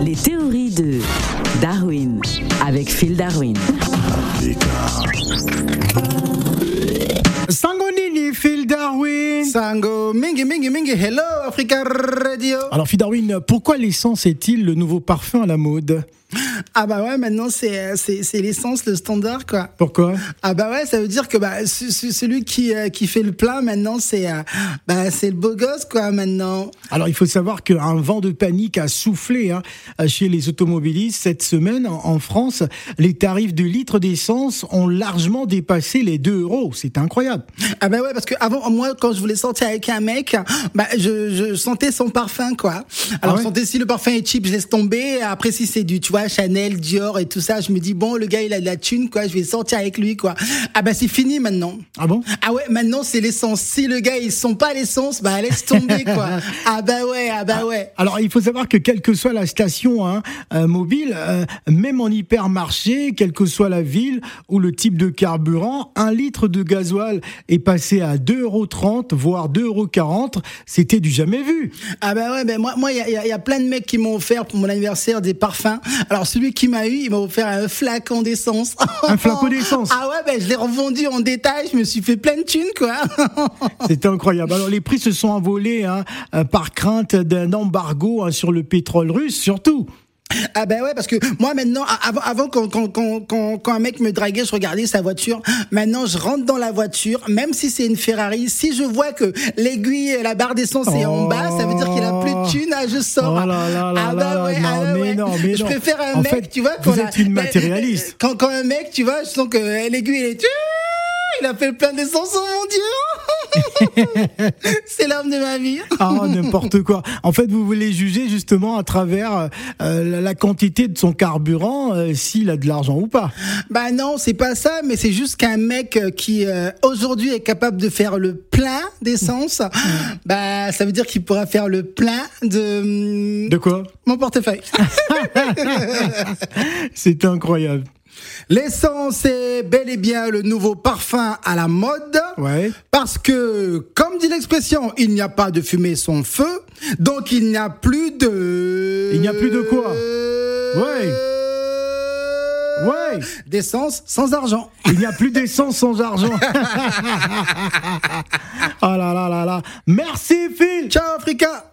Les théories de Darwin avec Phil Darwin. Sango Nini, Phil Darwin. Sango, mingi mingi mingi, hello Africa Radio. Alors, Phil Darwin, pourquoi l'essence est-il le nouveau parfum à la mode Ah bah ouais, maintenant c'est euh, c'est c'est l'essence, le standard quoi. Pourquoi Ah bah ouais, ça veut dire que bah ce- ce- celui qui euh, qui fait le plat maintenant c'est euh, bah c'est le beau gosse quoi maintenant. Alors, il faut savoir qu'un vent de panique a soufflé hein, chez les automobilistes cette semaine en en France. Les tarifs de litres d'essence ont largement dépassé les 2 euros. C'est incroyable. Ah bah ouais, parce que avant moi quand je voulais sortir avec un mec, bah je je sentais son parfum quoi. Alors ouais je sentais si le parfum est cheap, je laisse tomber. Après si c'est du tu vois Chanel, Dior et tout ça, je me dis bon le gars il a de la thune quoi, je vais sortir avec lui quoi. Ah bah c'est fini maintenant. Ah bon Ah ouais, maintenant c'est l'essence. Si le gars ils sont pas à l'essence, bah laisse tomber quoi. ah bah ouais, ah bah ouais. Alors, il faut savoir que quelle que soit la station hein, euh, mobile, euh, même en hypermarché, quelle que soit la ville ou le type de carburant, un litre de gasoil est passé à 2,30 euros, voire 2,40 euros. C'était du jamais vu. Ah bah ouais, ben moi moi il y a- il y a, il y a plein de mecs qui m'ont offert pour mon anniversaire des parfums. Alors celui qui m'a eu, il m'a offert un flacon d'essence. Un flacon d'essence Ah ouais, ben je l'ai revendu en détail, je me suis fait plein de thunes quoi. C'était incroyable. Alors les prix se sont envolés hein, euh, par crainte d'un embargo hein, sur le pétrole russe, surtout. ah bah ouais, parce que moi maintenant a- avant avant quand quand quand quand, quand un mec me draguait, je regardais sa voiture. Maintenant je rentre dans la voiture, même si c'est une Ferrari, si je vois que l'aiguille, la barre d'essence est en bas, ça veut dire qu'il a plus de thunes, ah, je sors. Oh là là là ah là là, bah ouais, non, ah bah mais ouais. non, mais je non. préfère un En mec, fait, tu vois. vous qu'on êtes une matérialiste. Quand, quand un mec, tu vois, je sens que euh, l'aiguille, elle est. Il a fait plein d'essence, oh mon dieu C'est l'homme de ma vie. Ah, n'importe quoi. En fait, vous voulez juger justement à travers euh, euh, la- la quantité de son carburant, euh, s'il a de l'argent ou pas. Bah non, c'est pas ça, mais c'est juste qu'un mec euh, qui euh, aujourd'hui est capable de faire le plein d'essence, Mmh. bah ça veut dire qu'il pourra faire le plein de, mmh, De quoi mon portefeuille. C'est incroyable. L'essence est bel et bien le nouveau parfum à la mode. Ouais. Parce que, comme dit l'expression, il n'y a pas de fumée sans feu, donc il n'y a plus de... Il n'y a plus de quoi Ouais. Ouais. D'essence sans argent. Il n'y a plus d'essence sans argent. Ah là là là là. Merci Phil. Ciao Africa